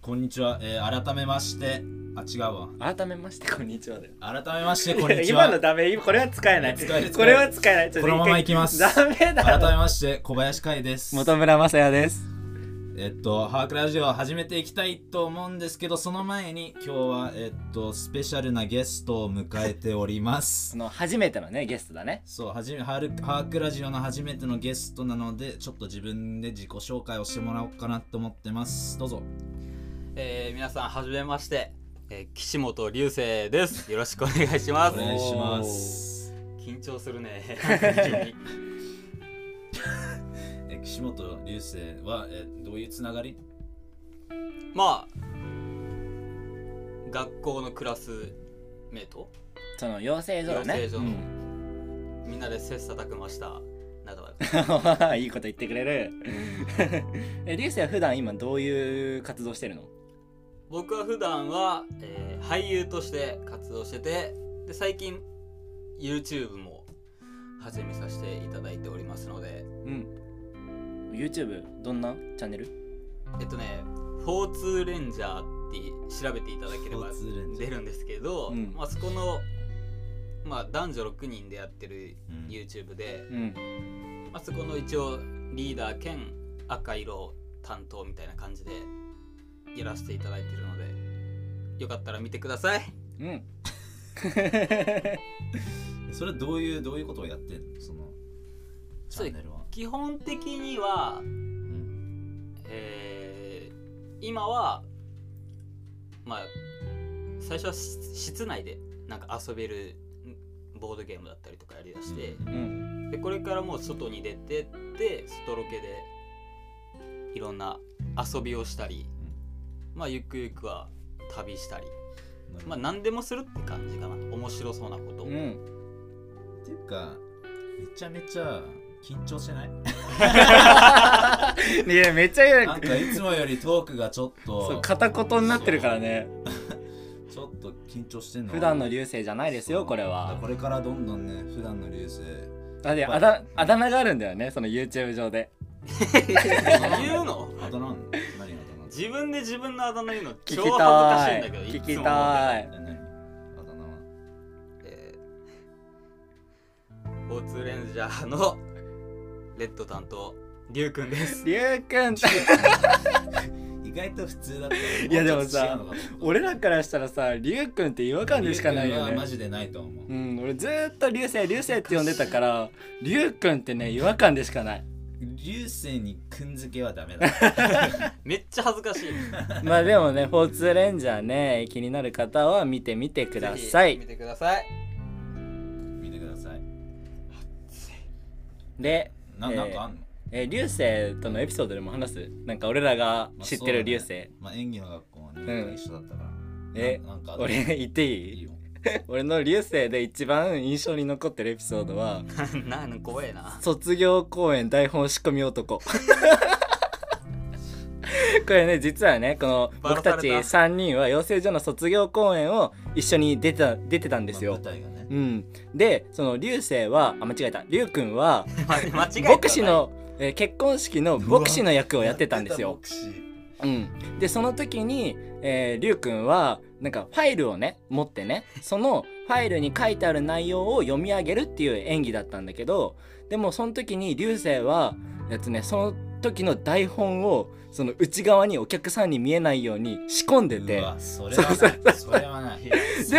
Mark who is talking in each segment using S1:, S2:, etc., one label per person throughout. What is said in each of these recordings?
S1: こんにちは、えー改めましてあ違うわ
S2: 改めましてこんにちはだよ
S1: 改めましてこんにち
S2: 今
S1: は
S2: のダメ今これは使えない
S1: 使える使
S2: こ
S1: える
S2: れは使えないちょっと
S1: このままいきます
S2: 一回ダメだ
S1: 改
S2: ろ
S1: めまして小林海です
S3: 本村正也です
S1: えっとハークラジオを始めていきたいと思うんですけどその前に今日はえっとスペシャルなゲストを迎えておりま
S3: そ
S1: す
S3: の初めてのねゲストだね
S1: そうはじめハルハークラジオの初めてのゲストなのでちょっと自分で自己紹介をしてもらおうかなと思ってますどうぞ
S4: えー、皆さんはじめまして、えー、岸本流星ですよろしくお願いしま
S1: お
S4: す
S1: 願いします
S4: 緊張するね
S1: え岸本流星はえどういうつながり
S4: まあ学校のクラスメート
S3: その養成所だね
S4: 養成所
S3: う
S4: の
S3: ん
S4: みんなで切磋琢磨した仲だ
S3: いいこと言ってくれるえ流星は普段今どういう活動してるの
S4: 僕は普段は、えー、俳優として活動しててで最近 YouTube も始めさせていただいておりますので
S3: うん YouTube どんなチャンネル
S4: えっとね「フォーツーレンジャー」って調べていただければ
S1: 交通レンジ
S4: 出るんですけど、
S3: うん
S4: まあ、そこの、まあ、男女6人でやってる YouTube で、
S3: うん
S4: まあ、そこの一応リーダー兼赤色担当みたいな感じでやらせていただいてるのでよかったら見てください
S3: うん
S1: それどういうどういうことをやってんのそのチャンネルは
S4: 基本的には、
S1: うん
S4: えー今はまあ最初は室室内でなんか遊べるボードゲームだったりとかやりだして、
S3: うん
S4: でこれからもう外に出てって外ロケでいろんな遊びをしたり、まあゆくゆくは旅したり、まあ、何でもするって感じかな面白そうなことを、
S3: うん
S1: っていうかめちゃめちゃ緊張してない
S3: いやめっちゃ言う
S1: なんかいつもよりトークがちょっ
S3: そう
S1: と
S3: 片言になってるからね
S1: ちょっと緊張してんの
S3: 普段の流星じゃないですよこれ
S1: そう
S3: は
S1: これからどんどんね普段の流星
S3: だってあだあだ名があるんだよねその YouTube 上で
S4: 言うの
S1: あだ名あんの何あだ名
S4: 自分で自分のあだ名言うの
S3: 聞き
S4: 超恥ずか
S3: た
S4: しいん
S3: い
S4: だけど
S3: 聞
S4: いつ
S3: き
S4: も思
S3: たい
S1: え何あだ名は
S4: ってえー、交通レンジャーのレッド担当りゅうくんです
S3: りゅうくん
S1: 意外と普通だった
S3: いやでも
S1: もうちょっと違うの
S3: さ
S1: かと思った
S3: 俺らからしたらさりゅうくんって違和感でしかないよ
S1: 理由はマ
S3: ね
S1: ジでないと思う
S3: うん俺ずーっと流星流星って呼んでたからりゅうくんってね違和感でしかない
S1: 流星にくんづけはダメだ
S4: めっちゃ恥ずかしい
S3: まあでも ね「フォーツーレンジャーね」気になる方は見てみてくださ
S4: ぜひ見
S3: い
S4: てください
S1: 見てください
S3: で
S1: な
S3: えー
S1: なんかあんの、
S3: えー流星とのエピソードでも話すなんか俺らが
S1: まあ
S3: 知ってる流
S1: そう
S3: 星、
S1: だねまあ演技の学校はね、
S3: うん
S1: 一緒だったから
S3: え
S1: ななんかある
S3: 俺言って
S1: い
S3: い
S1: い
S3: い
S1: よ
S3: 俺の流星で一番印象に残ってるエピソードは
S4: ななんか怖えな
S3: 卒業公演台本仕込み 男これね実はねこの
S4: バラ
S3: 僕
S4: され
S3: た
S4: た
S3: ち3人は養成所の卒業公演を一緒に出てた出てたんです
S1: まあ
S3: よ
S1: 舞。台がね
S3: うん、でその流星はあ間違えた流くんは
S4: ま 間違えた
S3: 牧師の、えー結婚式の牧師の役をやってたんですよ。うん、でその時に、えー、りゅうくんはなんかファイルをね持ってねそのファイルに書いてある内容を読み上げるっていう演技だったんだけどでもその時に流星はやつねその時の台本をその内側にお客さんに見えないように仕込んでて
S1: うわそれはないそれはない
S3: で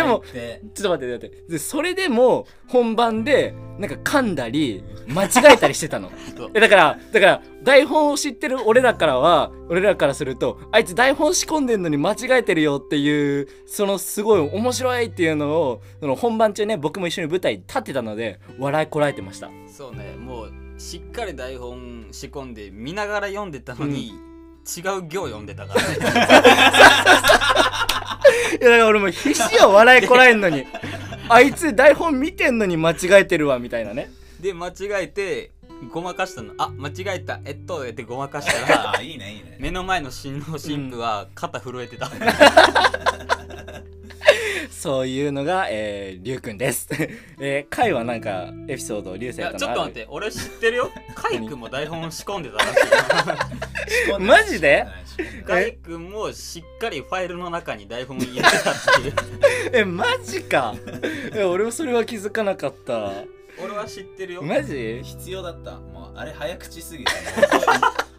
S3: も
S1: 最低
S3: ちょっと待って待って待ってでそれでも本番でなんか噛んだり間違えたりして たの
S4: そう
S3: えだからだから台本を知ってる俺らからは俺らからするとあいつ台本仕込んでんのに間違えてるよっていうそのすごい面白いっていうのをその本番中ね僕も一緒に舞台に立ってたので笑いこらえてました
S4: そうねもうしっかり台本仕込んで見ながら読んでたのに、違う行読んでたからね
S3: いやだから俺も必死よ笑 いこらえんのにあいつ台本見てんのに間違えてるわみたいなね
S4: で間違えてごまかしたのあ間違えたえっとってごまかした
S1: あ
S4: ら
S1: ーいいねいいね
S4: 目の前の新郎新婦は肩震えてた、
S3: そういうのが、えー、りゅうくんです。 えー、かいはなんか、エピソード、りゅう
S4: い
S3: せい
S4: や
S3: と
S4: ちょっ
S3: の
S4: と
S3: あ
S4: 待っ
S3: る。
S4: て俺知って るよカイ君も台本仕込んでたらし
S3: マジで
S4: いカイ君もしっかりファイルの中に台本入れてたっていう
S3: え、マジか。 え、俺はそれは気づかなかった。
S4: 俺は知ってるよ
S3: マジ
S1: 必要だったもうあれ早口すぎて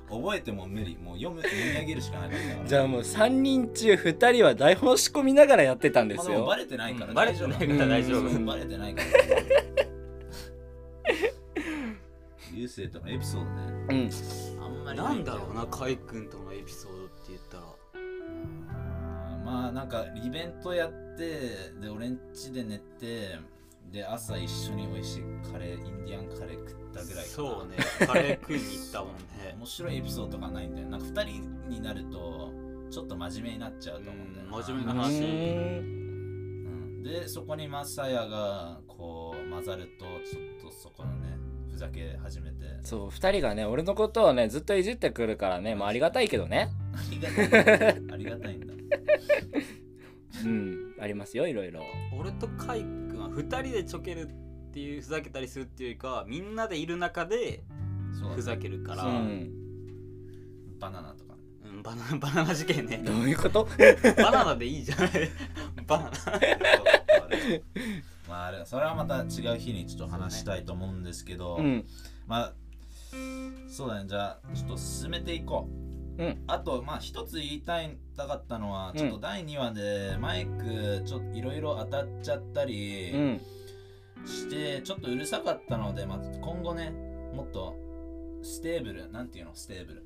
S1: もう覚えても無理もう読む読み上げるしかないから
S3: じゃあもう3人中2人は台本仕込みながらやってたんで
S1: まあ
S3: す
S1: でも
S3: よ
S1: バ。レてないから
S4: うんバレてないから
S3: 大丈夫
S1: うんバレてない から流星とのエピソードね
S3: うん。
S1: あんまり
S4: なんだろうな
S1: か
S4: カイ君とのエピソードって言ったら
S1: まあなんかイベントやってで俺ん家で寝てで朝一緒に美味しいカレーインディアンカレー食ったぐらいかな
S4: そうねカレー食いに行ったもんね
S1: 面白いエピソードがないんだよなんか2人になるとちょっと真面目になっちゃうと思うんだよな
S4: うん真面目
S3: う
S4: な話
S3: ーん
S1: うんでそこにマサヤがこう混ざるとちょっとそこのねふざけ始めて
S3: そう、2人がね、俺のことをね、ずっといじってくるからね、まあありがたいけどね。
S1: ありがたいありがたいんだ
S3: うん。ありますよ、いろいろ。
S4: 俺とカイ君は2人でちょけるっていうふざけたりするっていうよりかはみんなでいる中で
S1: そう
S4: ふざけるから、
S3: う
S1: そ
S3: ん。
S1: バナナとかね
S4: うんバナナ バナナ事件ね
S3: どういうこと
S4: バナナでいいじゃないバナナ
S1: そうあれまああれそれはまた違う日にちょっと話したいと思うんですけど、
S3: うん。
S1: まあそうだねじゃあちょっと進めていこう、
S3: うん
S1: あとまあ一つ言いたいたかったのは、
S3: うん
S1: ちょっと第2話でマイクちょっといろいろ当たっちゃったり
S3: うん。
S1: して、ちょっとうるさかったので、まあ、今後ねもっとステーブルなんていうのステーブル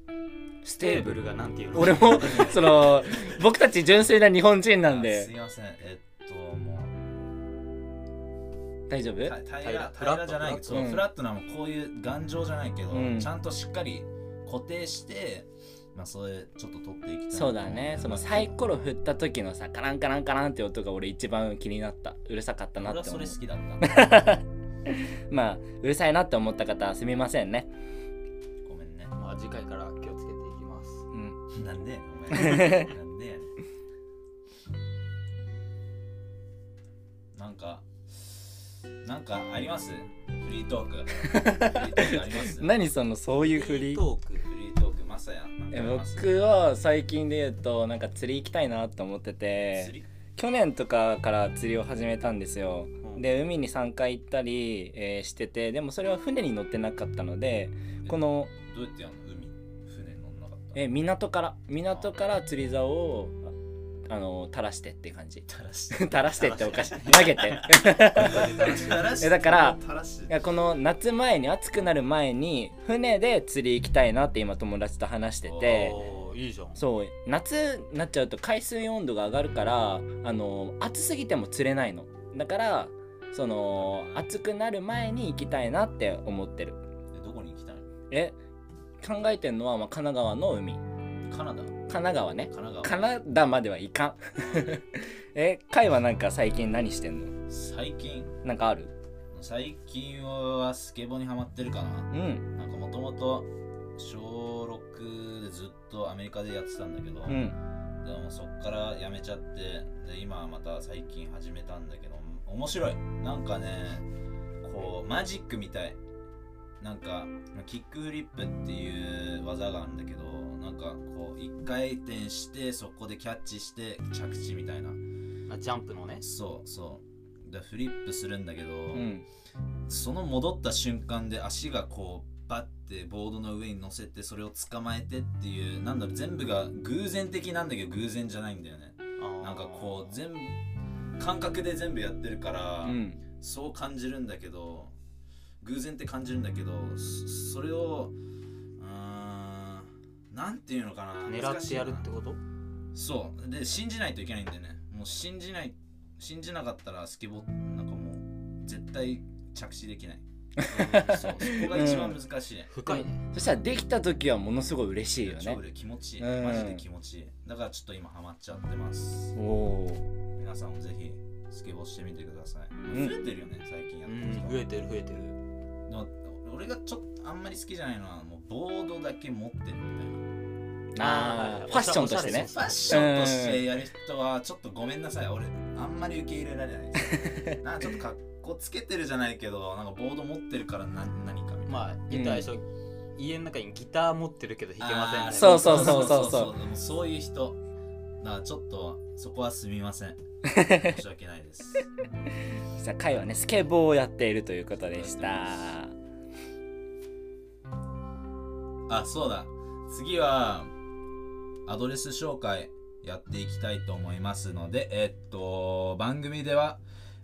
S3: ス
S4: ステーブルがなんていうの
S3: 俺もその僕たち純粋な日本人なん
S1: あす
S3: で
S1: いませんえっとも
S3: 大丈夫
S1: うた平ら
S4: 平
S1: 平
S4: ら
S1: らじゃないけど
S4: フラット
S1: そう
S3: うん
S1: フラットなもうこういう頑丈じゃないけど、
S3: うん
S1: ちゃんとしっかり固定してまあそれちょっと取っていきたいなと
S3: そうだねそのサイコロ振った時のさカランカランカランって音が俺一番気になったうるさかったな
S1: 俺は
S3: って
S1: そ
S3: 思う
S1: れ好きだっ た
S3: まあうるさいなって思った方はすみませんね
S1: ごめん ね。
S4: まあ次回から気をつけていきます
S3: うん
S1: なんでお前なんでやねんなんか、なんかありますフリー トーク。フリートークありますフリ
S3: 何そのそういう振り
S4: トーク
S1: ートーク、まさや。なんか
S3: え
S1: あります
S3: 僕は最近で言うとなんか釣り行きたいなって思って
S1: 釣
S3: て
S1: り
S3: 去年とかから釣りを始めたんですよ
S4: うん
S3: で海に3回行ったり、えーしててでもそれは船に乗ってなかったのでこの
S1: どうやってやんの海、船乗んなかった。
S3: え港から港から釣り竿をああの垂らしてって感じ
S1: 垂らし
S3: 垂らしてっておかしい投げて
S1: 垂らして
S3: えだから
S1: 垂らし
S3: いやこの夏前に暑くなる前に船で釣り行きたいなって今友達と話してて
S4: おーいいじゃん
S3: そう夏になっちゃうと海水温度が上がるからあの暑すぎても釣れないのだからその暑くなる前に行きたいなって思ってる
S1: えどこに来たの
S3: え考えてんのは、まあ、神奈川の海神
S1: カナダ神
S3: 奈川ね
S1: 奈川
S3: カナダまではいかん えカイはなんか最近何してんの
S1: 最近
S3: なんかある
S1: 最近はスケボーにハマってるかな
S3: うん
S1: なんかもともと小6でずっとアメリカでやってたんだけど、
S3: うん
S1: でもそっからやめちゃってで今はまた最近始めたんだけど面白いなんかねこうマジックみたいなんかキックフリップっていう技があるんだけどなんかこう一回転してそこでキャッチして着地みたいな
S4: あジャンプのね
S1: そうそうでフリップするんだけど、
S3: うん
S1: その戻った瞬間で足がこうバッてボードの上に乗せてそれを捕まえてっていうなんだろう全部が偶然的なんだけど偶然じゃないんだよねなんかこう全部感覚で全部やってるから、
S3: うん
S1: そう感じるんだけど偶然って感じるんだけどそそれをうーんなんていうのかな
S4: 狙ってやるって
S1: と
S4: こと
S1: そうで信じないといけないんだよねもう信じない信じなかったらスケボーなんかもう絶対着地できないそうそこが一番難しい。
S4: 深いね
S3: そしたらできた時はものすごい嬉しいよ
S1: 超
S3: ね
S1: 売れ気持ちいい、
S3: うん
S1: マジで気持ちいい。だからちょっと今ハマっちゃってます。
S3: おお
S1: 皆さんもぜひスケボーしてみてください。
S3: ん
S1: 増えてるよね、最近や
S4: う
S1: ってる人
S4: ん増えてる増えてる
S1: でも俺がちょっとあんまり好きじゃないのは、もうボードだけ持ってるみたいな。
S3: あーファッションとしてね
S1: ファッションとしてやる人はちょっとごめんなさい俺あんまり受け入れられないです なんかちょっとかっこつけてるじゃないけどなんかボード持ってるから何何かみたいな
S4: まあ言ったら最初、家の中にギター持ってるけど弾けません
S1: あー
S4: ね
S3: そうそうそう そう
S1: そうでもそういう人だからちょっとそこはすみま せん申し訳ないです
S3: さあ会はねスケボーをやっているということでした
S1: あそうだ次はアドレス紹介やっていきたいと思いますのでえっと番組では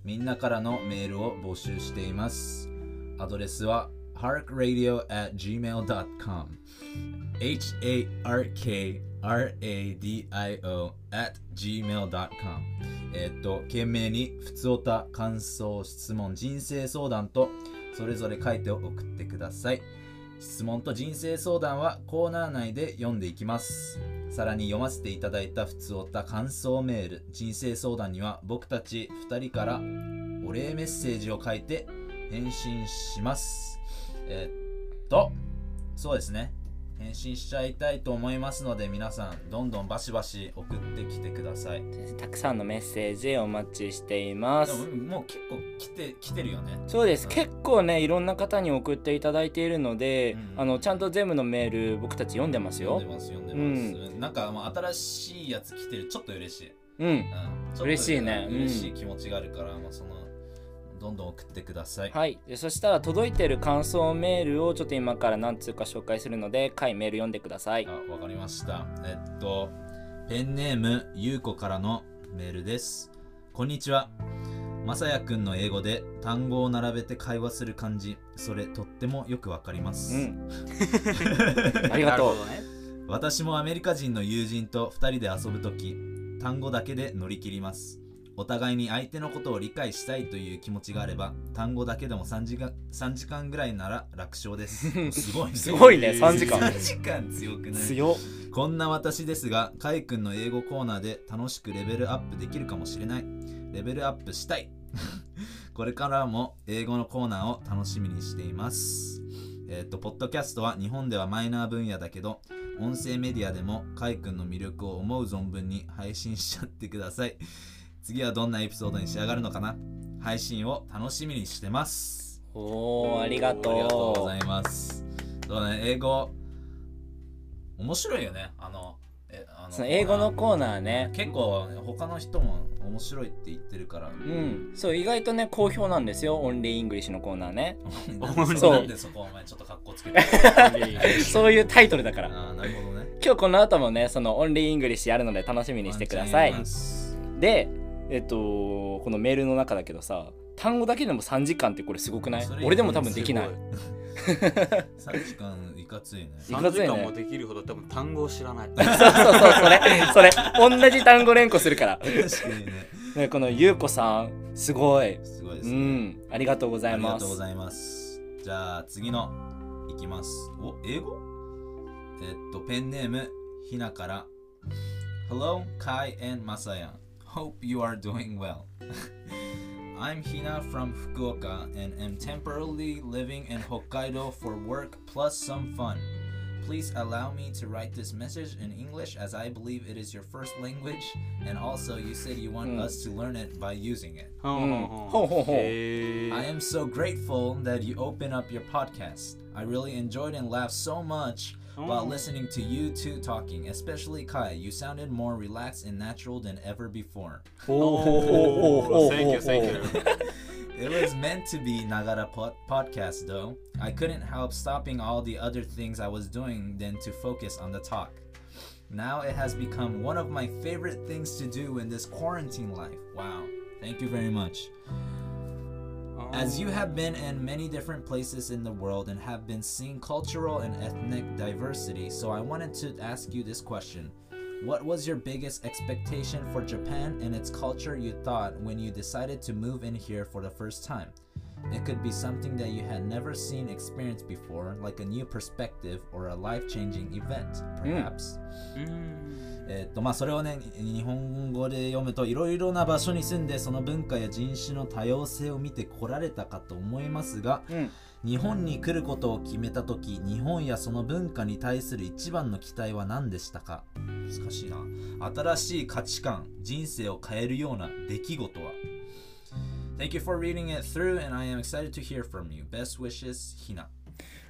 S1: みんなからのメールを募集していますアドレスは harkradio.gmail.com harkradio at gmail.com えっと、懸命に、ふつおた、感想、質問、人生相談と、それぞれ書いて送ってください。質問と人生相談はコーナー内で読んでいきますさらに読ませていただいた普通おた感想メール人生相談には僕たち2人からお礼メッセージを書いて返信しますえっとそうですね返信しちゃいたいと思いますので皆さんどんどんバシバシ送ってきてくださいで
S3: たくさんのメッセージお待ちしています
S1: ももう結構来て来てるよね
S3: そうです、
S1: うん
S3: 結構ねいろんな方に送っていただいているので、
S1: うん
S3: あのちゃんと全部のメール僕たち読んでますよ
S1: 読んでます読んでます、なんかもう新しいやつ来てるちょっと嬉しい
S3: うん
S1: うんちょっと
S3: 嬉しいねうん
S1: 嬉しい気持ちがあるから、まあ、そのどんどん送ってください。
S3: はいでそしたら届いてる感想メールをちょっと今から何通か紹介するので回メール読んでください
S1: あわかりました。えっと、ペンネームゆうこからのメールです。こんにちは。まさやくんの英語で単語を並べて会話する感じ、それとってもよくわかります。
S3: うんありがとう
S4: なるほどね
S1: 私もアメリカ人の友人と2人で遊ぶとき単語だけで乗り切りますお互いに相手のことを理解したいという気持ちがあれば単語だけでも3時間 ,3 時間ぐらいなら楽勝です すごいね
S3: すごいね3 時間
S1: 3時間強くない
S3: 強っ
S1: こんな私ですがかいくんの英語コーナーで楽しくレベルアップできるかもしれないレベルアップしたい これからも英語のコーナーを楽しみにしていますえっ、とポッドキャストは日本ではマイナー分野だけど音声メディアでもかいくんの魅力を思う存分に配信しちゃってください次はどんなエピソードに仕上がるのかな配信を楽しみにしてます
S3: おーありがとう
S1: ありがとうございますそうね英語面白いよねあのえあ
S3: その英語のコーナーね
S1: 結構ね他の人も面白いって言ってるから
S3: うんそう意外とね好評なんですよオンリーイングリッシュのコーナーね
S1: なんで
S3: そう
S1: なんでそこお前ちょっと格好つけて
S3: そういうタイトルだから
S1: ああなるほどね
S3: 今日この後もねそのオンリーイングリッシュやるので楽しみにしてください
S1: ワンチャンやります
S3: でえっとこのメールの中だけどさ単語だけでも3時間ってこれすごくない
S1: それ
S3: 俺でも多分できない
S4: すご
S1: 3時間いかついね
S3: い
S4: 3
S3: かつい
S4: 時
S3: ね
S4: 間もできるほど多分単語を知らない。
S3: そうそうそうそれそれ同じ単語連呼するから
S1: 確かにね
S3: ねこのゆうこさんすごい
S1: すごいで
S3: う
S1: すね、
S3: んありがとうござ
S1: あ
S3: い
S1: りが
S3: ま
S1: と
S3: す
S1: うございますじゃあ次のいきますお英語えっとペンネームひなから Hello Kai and Masayan Hope you are doing well I'm Hina from Fukuoka and am temporarily living in Hokkaido for work plus some fun. Please allow me to write this message in English as I believe it is your first language and also you said you want
S3: Mm.
S1: us to learn it by using it.
S4: ほ
S3: うんほうほうほう
S4: へー
S1: I am so grateful that you open up your podcast. I really enjoyed and laughed so much while listening to you two talking, especially Kai. You sounded more relaxed and natural than ever before.
S3: おーおーおーおーおー
S4: Thank you, thank you.
S1: It was meant to be Nagara pod- podcast though. I couldn't help stopping all the other things I was doing than to focus on the talk. Now it has become one of my favorite things to do in this quarantine life. Wow. Thank you very much. As you have been in many different places in the world and have been seeing cultural and ethnic diversity, so I wanted to ask you this question. What was your biggest expectation for Japan and its culture you thought when you decided to move in here for the first time? It could be something that you had never seen experienced before, like a new perspective or a life changing event, perhaps.
S4: うーん
S1: えーっとまあ、それをね日本語で読むといろいろな場所に住んでその文化や人種の多様性を見てこられたかと思いますが
S3: うん
S1: 日本に来ることを決めた時日本やその文化に対する一番の期待は何でしたか難しいな新しい価値観人生を変えるような出来事は Thank you for reading it through and I am excited to hear from you best wishes ひな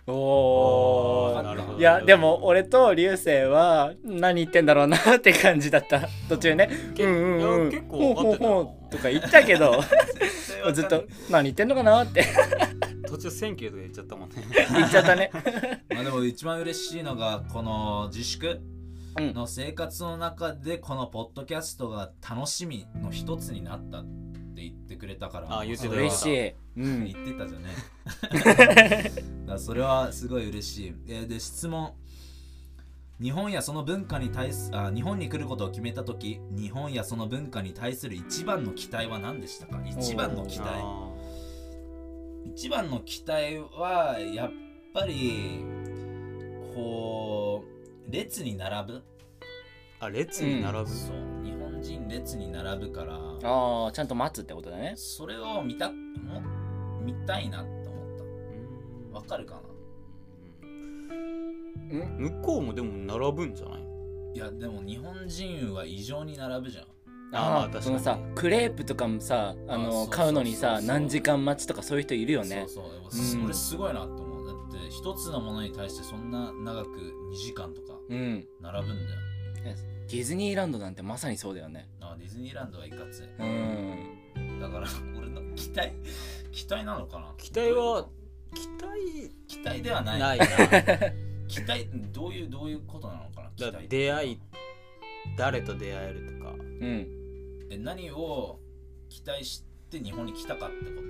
S3: お
S4: あーなるほ
S3: お
S4: ど
S3: いやでも俺と流星は何言ってんだろうなって感じだった途中ね
S4: け
S3: うんうんうん
S4: いや結構分かってたな
S3: ほうほうほうとか言ったけどずっと何言ってんのかなって
S4: 途中選挙とか言っちゃったもんね
S3: 言っちゃったね
S1: まあでも一番嬉しいのがこの自粛
S3: うん
S1: の生活の中でこのポッドキャストが楽しみの一つになったって言ってくれたから
S4: あ言ってた
S3: 嬉しい、う
S1: うん
S3: ん、
S1: 言ってたじゃんね だからそれはすごい嬉しいえーで質問日本やその文化に対すあ日本に来ることを決めた時日本やその文化に対する一番の期待は何でしたか一番の期待
S4: あ
S1: 一番の期待はやっぱりこう列に並ぶ
S4: ーあ列に並ぶ、
S1: そう日本人列に並ぶから
S3: ああちゃんと待つってことだね
S1: それを見たも見たいなって思っ
S4: うん
S1: わかるかな
S3: ん
S4: 向こうもでも並ぶんじゃない
S1: たいやでも日本人は異常に並ぶじゃん
S4: あーまあ確かに
S3: そのさクレープとかもさあ
S1: あそうそうそう
S3: の
S1: そう
S3: 買うのにさ何時間待ちとかそういう人いるよね
S1: そうそう俺す
S3: うん
S1: 俺すごいなって思うだって一つのものに対してそんな長く2時間とか
S3: うん
S1: 並ぶんだよ
S3: ディズニーランドなんてまさにそうだよね
S1: あディズニーランドはいかつい
S3: うん
S1: だから俺の期待期待なのかな
S4: 期待は期待
S1: 期待ではない
S4: ないな
S1: 期待どういうどういうことなのかな 期
S4: だ
S1: 待
S4: 出会い誰と出会えるとか
S3: うん
S1: え何を期待して日本に来たかってこ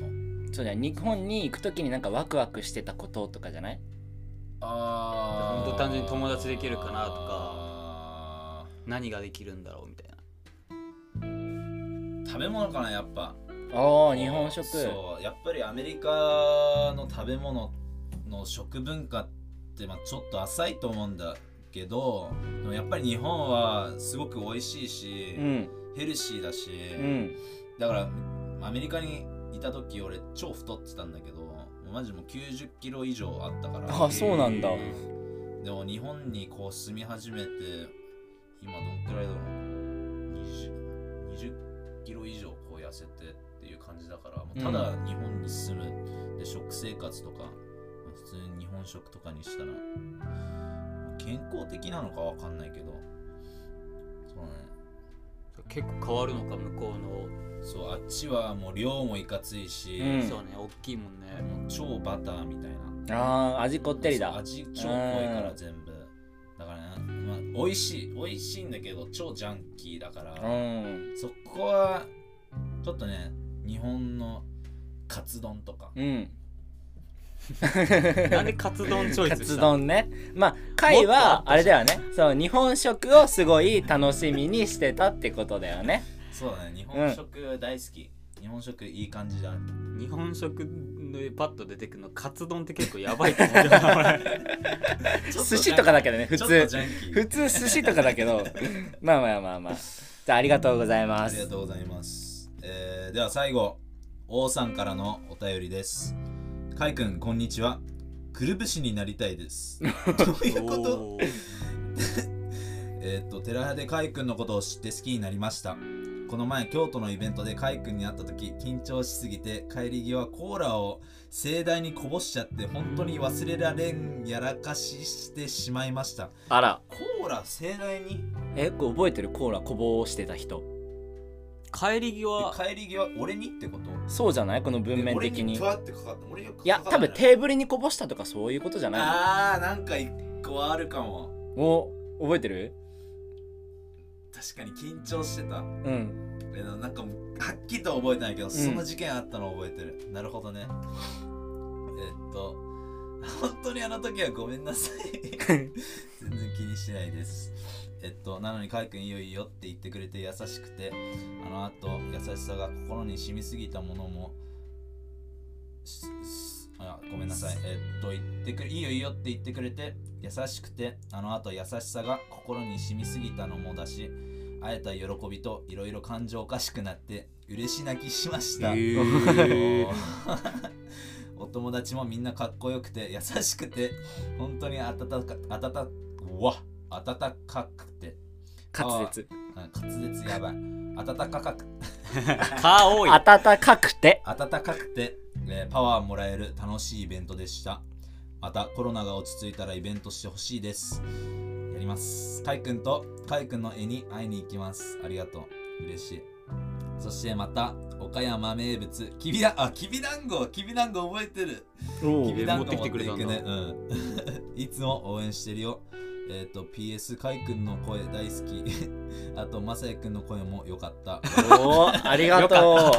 S1: と
S3: そうだよ日本に行く時になんかワクワクしてたこととかじゃない
S1: あー
S4: ほんと単純に友達できるかなとか
S1: あ
S4: 何ができるんだろうみたいな
S1: ー食べ物かなやっぱ
S3: ああ日本食
S1: そうやっぱりアメリカの食べ物の食文化って、まあ、ちょっと浅いと思うんだけどでもやっぱり日本はすごく美味しいし、
S3: うん
S1: ヘルシーだし、
S3: うん
S1: だからアメリカにいた時俺超太ってたんだけどマジもう90キロ以上あったから
S3: あそうなんだ
S4: うん
S1: でも日本にこう住み始めて今どんくらいだろう 20, 20キロ以上こう痩せてっていう感じだからもうただ日本に住む、で食生活とか普通に日本食とかにしたら健康的なのかわかんないけどそうね
S4: 結構変わるのか向こうの、
S1: そうあっちはもう量もいかついし、
S3: うん
S4: そうね大きいもんね
S1: もう超バターみたいな
S3: ああ味こってり
S1: そう
S3: だ
S1: 味超濃いから全部だからね、まあ、美味しい美味しいんだけど超ジャンキーだか
S3: う
S1: ら
S3: ん
S1: そこはちょっとね日本のカツ丼とか
S3: うん
S4: なんでカツ丼チョイ
S3: カ
S4: スし
S3: ツ
S4: たの
S3: 丼ねまあ貝はあれだよねそう日本食をすごい楽しみにしてたってことだよね
S1: そうだね日本食大好き、日本食いい感じだ
S4: 日本食のパッと出てくるのカツ丼って結構やばいと思うけどな俺
S3: 寿司とかだけどね普
S1: ちょっと
S3: 通
S1: ジャンキー
S3: 普通寿司とかだけど まあまあまあまあじゃあありがとうござい
S1: あ
S3: ま
S1: りが
S3: す
S1: とうございます。えーでは最後、王さんからのお便りです。かいくん、こんにちは。くるぶしになりたい です。どういうこと
S4: おー
S1: えーっと、寺派でかいくんのことを知って好きになりました。この前、京都のイベントでかいくんに会った時、緊張しすぎて、帰り際コーラを盛大にこぼしちゃって、本当に忘れられんやらかししてしまいました。
S3: あら
S1: コーラ盛大に
S3: えこう覚えてるコーラこぼしてた人
S4: 帰り 際
S1: え帰り際、俺にってこと
S3: そうじゃないこの文面
S1: え俺
S3: 的
S1: に
S3: に
S1: ふわってかかった。俺よくかか
S3: いや
S1: ら
S3: 多
S1: ない
S3: 分テーブルにこぼしたとかそういうことじゃな
S1: ああなんか一個はあるかも
S3: いのお覚えてる
S1: 確かに緊張してた
S3: うん
S1: えーなんかもうはっきりとは覚えてないけど、
S3: ん
S1: その事件あったの覚えてるなるほどねえーっと本当にあの時はごめんなさい全然気にしないですえっとなのにかいくんいいよいいよって言ってくれて優しくてあのあと優しさが心に染みすぎたものもし歳えっと言ってくれいいよいいよって言ってくれて優しくてあのあと優しさが心に染みすぎたのもだし会えた喜びといろいろ感情おかしくなって嬉し泣きしました、
S3: ー
S1: お友達もみんなかっこよくて優しくて本当に温か温かうわ温かくて
S3: 滑舌
S1: あ滑舌やばい温かかく
S4: か多い
S3: 温かくて
S1: 温かくて、えーパワーもらえる楽しいイベントでしたまたコロナが落ち着いたらイベントしてほしいですやりますかいくんとかいくんの絵に会いに行きますありがとう嬉しいそしてまた岡山名物きびだあきびだんごきびだんご覚えてるきびだんご持ってく
S4: 持って
S1: ね、うん、 いつも応援してるよえっ、と PS かいくんの声大好き あとまさやくんの声も良かった
S3: おーありがと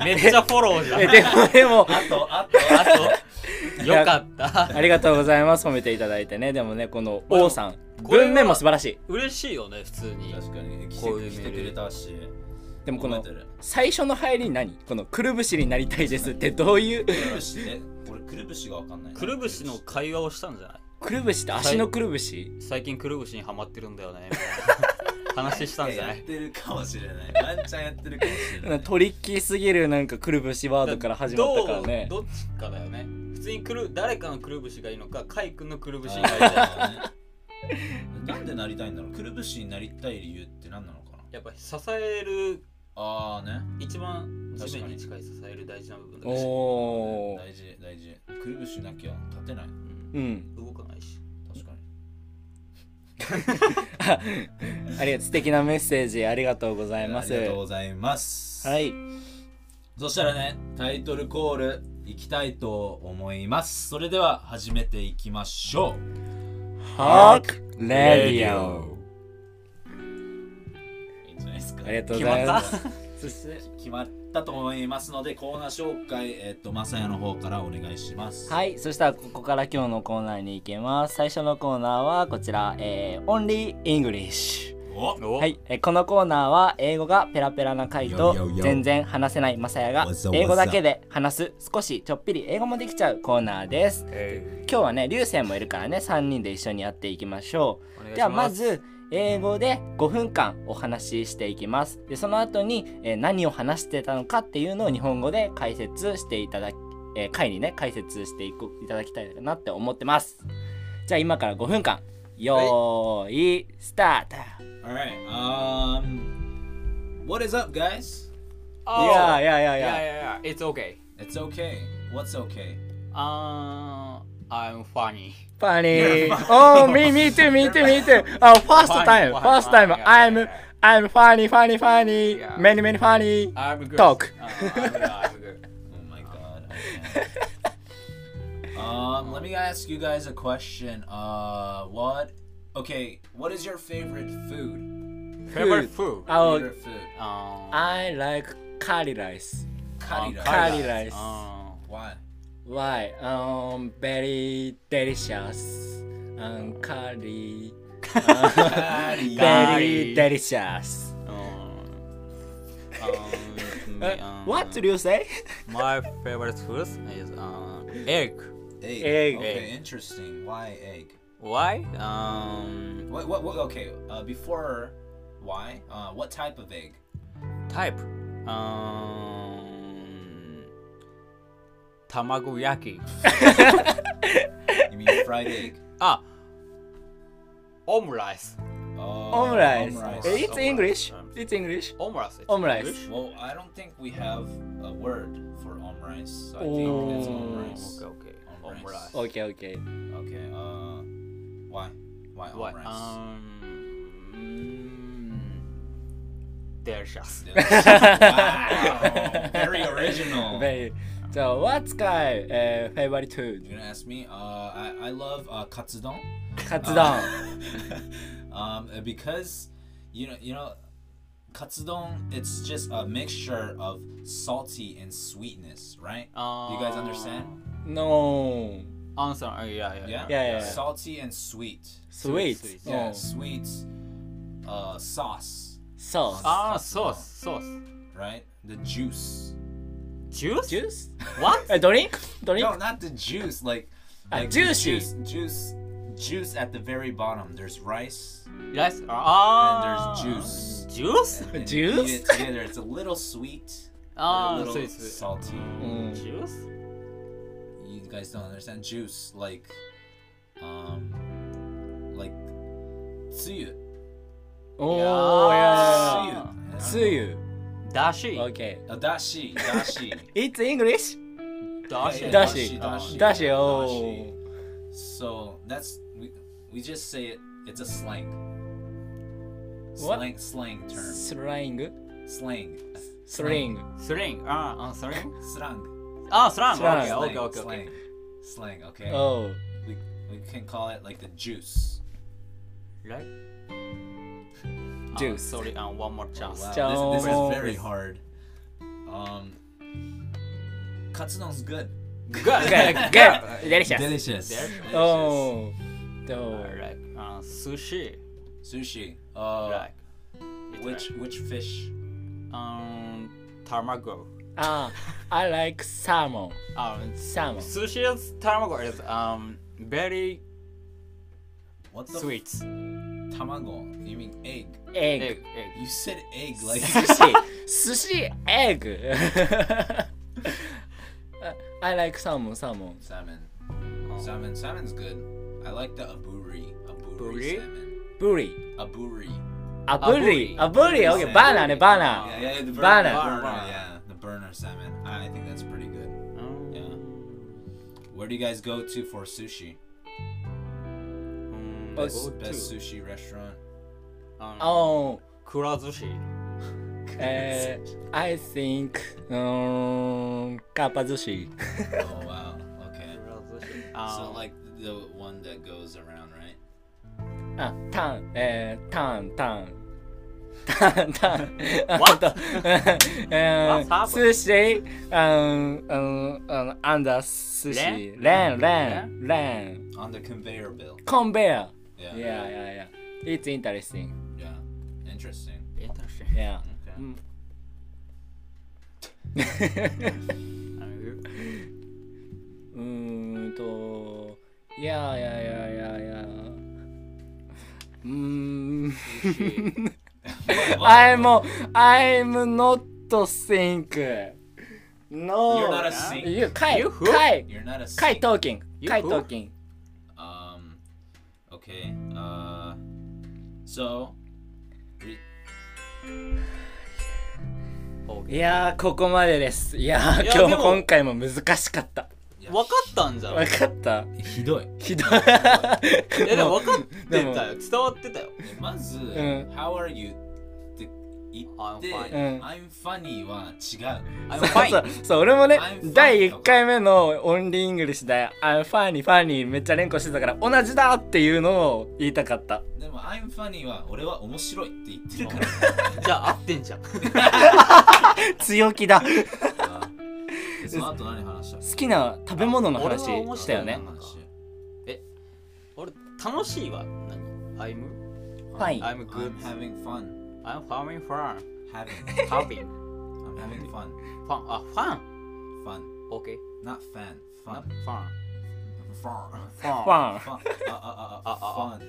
S3: う
S4: めっちゃフォローじゃん
S3: えでもでも
S1: あとあとあと
S4: あとよかった
S3: ありがとうございます褒めていただいてねでもねこの
S4: まあ
S3: O さん
S4: これは
S3: 文面も素晴らしい
S4: 嬉しいよね普通に
S1: 確かに来
S4: こう
S1: て
S4: いう
S1: 来てくれたし
S3: でもこの
S1: 覚えてる
S3: 最初の入り何このくるぶしになりたいですってどういう
S1: くるぶしって俺くるぶしがわかんないな
S4: くるぶしの
S1: く
S4: 会話をしたんじゃない
S3: くるぶしって足のくるぶし
S4: 最近くるぶしにハマってるんだよねみたい な話したん
S1: るぶし
S4: じゃな
S1: やっ
S4: い
S1: てるかもしれないワンチャンやってるかもしれな
S3: ない んかトリッキーすぎるなんかくるぶしワードから始まったからね
S4: どうどっちかだよね普通にくる誰かのくるぶしがいいのかカイ君のくるぶしがいいのか
S1: あーねなんでなりたいんだろうくるぶしになりたい理由って何なのかな
S4: やっぱ支える
S1: ああね
S4: 一番地面に近い支える大事な部分だし、
S3: おお
S1: 大事大事くるぶしなきゃ立てないう
S3: うんん
S4: 動かないし
S1: 確かに
S3: あありがとう素敵なメッセージありがとうございます
S1: ありがとうございます
S3: はい
S1: そしたらねタイトルコールいきたいと思いますそれでは始めていきましょう
S3: ハークレディオ
S1: いいんじゃないですか
S3: ありがとうございます
S4: そして
S1: 決まったと思いますのでコーナー紹介えっ、とまさやの方からお願いします
S3: はいそしたらここから今日のコーナーに行けます最初のコーナーはこちら、えー、Only English
S1: お
S4: お
S3: はい、えーこのコーナーは英語がペラペラな回と
S1: いやいやいや
S3: 全然話せないマサヤが
S1: わざわざ
S3: 英語だけで話す少しちょっぴり英語もできちゃうコーナーです
S4: え
S3: 今日はね流星もいるからね3人で一緒にやっていきましょう
S4: ーお願いします
S3: ではまず英語で5分間お話ししていきますでその後に、えー何を話してたのかっていうのを日本語で解説していただき、えー回にね解説していこいただきたいなって思ってますじゃあ今から5分間よーいスター
S1: Alright um What is up guys?
S3: トいやいやいやい
S4: yeah,
S3: や
S4: yeah, yeah. It's okay.
S1: It's okay What's okay?
S4: Uh, I'm funny.
S3: パニー Oh me me too me too me too Oh first
S4: Funny,
S3: time
S4: funny,
S3: first time
S4: funny,
S3: I'm
S4: yeah,
S3: I'm funny funny funny
S4: Yeah.
S3: many many funny
S4: I'm good.
S3: Talk.
S4: Uh, I'm good. I'm good.
S1: Oh my god okay. Um let me ask you guys a question Uh what Okay what is your favorite food?
S4: Favorite food?
S3: Oh
S1: Favorite food
S4: Uh,
S3: I like curry rice
S1: Curry
S4: uh,
S1: rice
S3: curry rice
S4: uh,
S1: Why?
S3: Why? Um, very delicious. Um, curry.
S1: Curry
S3: Very delicious.
S4: uh, um,
S3: Uh,
S4: uh,
S3: what do you say?
S4: My favorite food is uh, egg.
S1: Egg.
S3: Egg.
S1: Okay,
S4: Egg.
S1: interesting. Why egg?
S4: Why? Um,
S1: What? What? what okay. Uh, before why? Uh, what type of egg?
S4: type. Um, tamagoyaki.
S1: You mean fried egg?
S4: Ah, omelette.
S1: Oh,
S3: Omelette.
S1: omurice.
S3: It's
S4: Omelette.
S3: English.
S4: Um,
S3: It's English.
S4: Omelette. it's
S3: Omelette.
S4: English?
S1: Well, I don't think we have a word for omurice. So I think it's
S3: Oh.
S1: omurice.
S4: Okay, okay.
S1: Omelette.
S4: Omelette.
S3: Okay, okay.
S1: Okay. Uh, why? Why
S4: What?
S1: omurice?
S4: Um, mm, delicious.
S1: wow, very original.
S3: Very. So, what's guy uh, favorite food?
S1: You're gonna ask me? Uh, I, I love uh, katsudon. Uh.
S3: Katsudon.
S1: um, because you know you know katsudon it's just a mixture of salty and sweetness right do you guys
S4: Uh,
S1: understand
S3: No.
S4: Answer. Uh, yeah, yeah,
S1: yeah?
S4: yeah.
S3: Yeah, yeah, yeah.
S1: salty and sweet
S3: Sweet.
S4: Sweet, sweet.
S1: yeah
S3: Oh.
S1: sweet uh, sauce
S3: Sauce.
S1: Uh.
S4: Ah, sauce, sauce.
S1: right the juice
S4: juice?
S3: Juice?
S4: What?
S3: Uh, drink?
S1: No,
S3: Drink?
S1: not the juice. Like,
S3: Ah,
S1: like
S3: juicy.
S1: Juice, juice, juice at the very bottom. There's rice.
S4: Yes. Ah.
S1: And there's
S4: Juice?
S1: And you
S3: Juice? Ah,
S1: eat it together. It's a little sweet, a
S4: ああ、
S1: little
S4: そうです。
S1: salty.
S3: うん
S4: Juice?
S1: You guys don't understand juice. Like, um, like, tsuyu.
S3: お
S4: い
S3: ー、
S4: や
S1: Tsuyu. I don't
S3: つゆ。
S4: だし。
S3: OK。
S1: know. Uh, dashi, dashi.
S3: It's English?
S4: だし。
S3: だ
S1: dashi, dashi,
S3: し
S4: Ah,
S1: oh.
S3: だし
S1: dashi.
S3: よ
S1: So that's we, we just say it. It's a slang.
S3: What?
S1: Slang, slang
S3: ー。
S1: term.
S3: スライング
S1: Slang.
S3: スリング。
S4: スリング。ああ、スリング。
S1: Slang.
S4: ああ、スラン
S3: ス
S4: グ。
S1: Ah,
S3: ラン
S4: OK、OK、OK。
S1: slang. Slang, okay.
S3: おう。
S1: We, we can call it like the juice.
S4: Right?
S3: Juice.
S4: h sorry, and one more chance.
S1: Wow, this, this is very
S3: Jones.
S1: hard. Um, katsudon's good.
S4: Good.
S3: グ ー、グ ー、デリシャス。
S1: Delicious.
S4: Delicious. Oh.
S3: おう。どう
S4: Alright. Uh, sushi.
S1: Sushi. Uh,
S4: Right.
S1: Which which fish?
S4: Um, tamago.
S3: あー、I Ah, like salmon.
S4: Um,
S3: Salmon.
S4: sushi's tamago is um very
S1: What the
S4: sweet.
S1: F- tamago? You mean egg?
S3: Egg.
S4: Egg, egg.
S1: You said egg like.
S3: 寿司。寿司、エッグ。I like salmon, salmon.
S1: salmon.
S4: Oh.
S1: Salmon. Salmon's good. I like the aburi. Aburi
S4: Aburi?
S1: salmon.
S3: ブリ。
S1: Aburi.
S3: あ、ブリ。あ、ブリ。
S1: Salmon.
S3: OK、バーナーね、バーナ
S4: Ah.
S1: Yeah, yeah, the burner.
S3: Banner.
S1: burner, Yeah, the burner salmon. I I think that's pretty good.
S4: Um,
S1: Yeah. Where do you guys go to for sushi?
S4: um,
S3: Oh,
S1: Best,
S4: go
S1: best
S4: to,
S1: sushi restaurant.
S3: ー。
S4: um,
S3: おう。
S4: kura sushi.
S1: Eh.
S3: えー、I think うーんかっぱ寿司
S1: oh wow. Okay.
S4: Kura sushi. Um,
S1: so like the one that goes around, right?
S3: あタンえー、タンタンタンタン
S4: What?
S3: え
S4: What's
S3: ー、
S4: happening?
S3: 寿司うんうんうんアンダー寿司レンレンレン
S1: On the conveyor belt.
S3: コンベア
S1: Yeah.
S3: いやいやいや It's interesting
S1: Yeah. Interesting.
S4: interesting.
S3: yeah
S1: Okay.
S3: Mm.
S4: Um,
S3: うーんといやいやいやいやいやうーん
S4: sushi.
S3: I'm I'm not think. No.
S1: You're not a sink.
S3: You Kai
S4: You who?
S3: Kai
S1: You're not a sink.
S3: Kai talking.
S4: You
S3: Kai
S4: who?
S3: talking.
S1: Um. Okay. Uh. So. re-
S3: いやーここまでです。いやー
S4: いや
S3: 今日
S4: でも
S3: 今回も難しかった。
S1: yeah.
S4: わかったんじゃん。
S3: わかった。
S1: ひどい。
S3: ひどい。
S4: いやでも分かってた
S3: でも
S4: よ。伝わってたよ。
S1: まず、
S3: ん
S1: Eh, How are you? って言って
S4: I'm fine.
S3: う
S1: I'm
S3: ん
S1: Eh. funny は違う。
S4: I'm
S3: そ
S4: fine.
S3: うそう俺もね
S1: I'm fine
S3: 第1回目のオンリーイングリッシュで「I'm funny funny」めっちゃ連呼してたから同じだっていうのを言いたかった
S1: でも I'm funny は俺は面白いって言ってるから。
S4: じゃあ合ってんじゃん。
S3: 強気だ好
S1: あーその後何話した
S3: きな食べ物の話
S4: 俺は面
S3: し
S4: 白
S3: た
S4: い
S3: よね
S4: なんか俺楽しいは何 ?I'm
S3: Fine
S4: I'm good.
S1: I'm having fun.
S4: I'm having fun.
S1: Having. I'm
S4: Having
S1: having fun.
S4: fun. あ、fun.
S1: Fun.
S4: OK。
S1: Not fan.
S4: Not
S1: Fun. Fun.
S4: fun. Fun.
S3: ファン
S1: Fun. ああああ
S4: あ
S1: Fun.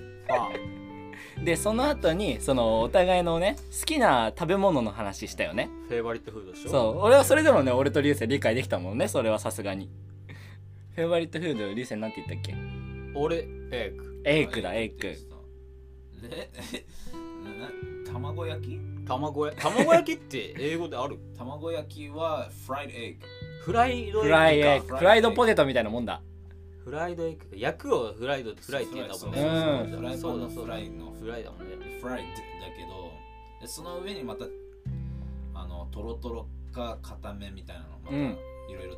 S4: Fun.
S3: でその後にそのお互いのね好きな食べ物の話したよね
S4: フェイバリットフードでしょ
S3: そう俺はそれでもね俺と流星理解できたもんねそれはさすがにフェイバリットフード流星なんて言ったっけ
S4: 俺、エッグ。
S3: エイクだエイク。
S1: えな卵焼き
S4: 卵焼き。卵焼きって英語である
S1: 卵焼きは fried egg。
S4: フライド
S3: フ
S4: エ
S3: ライエ
S4: ッ
S3: ッ
S4: グか。
S3: グフライドポテトみたいなもんだ
S4: フライドエッグ。焼くをフライドフライって言ったもんね。
S1: フライパ
S4: そ
S1: ン
S4: うだ
S1: の
S4: そう
S1: フ
S4: だ
S1: ラ。イの
S4: フライだもんね。
S1: フライだけどでその上にまたあのトロトロか固めみたいなのまた
S3: う
S1: いろ
S3: ん
S1: いろ違う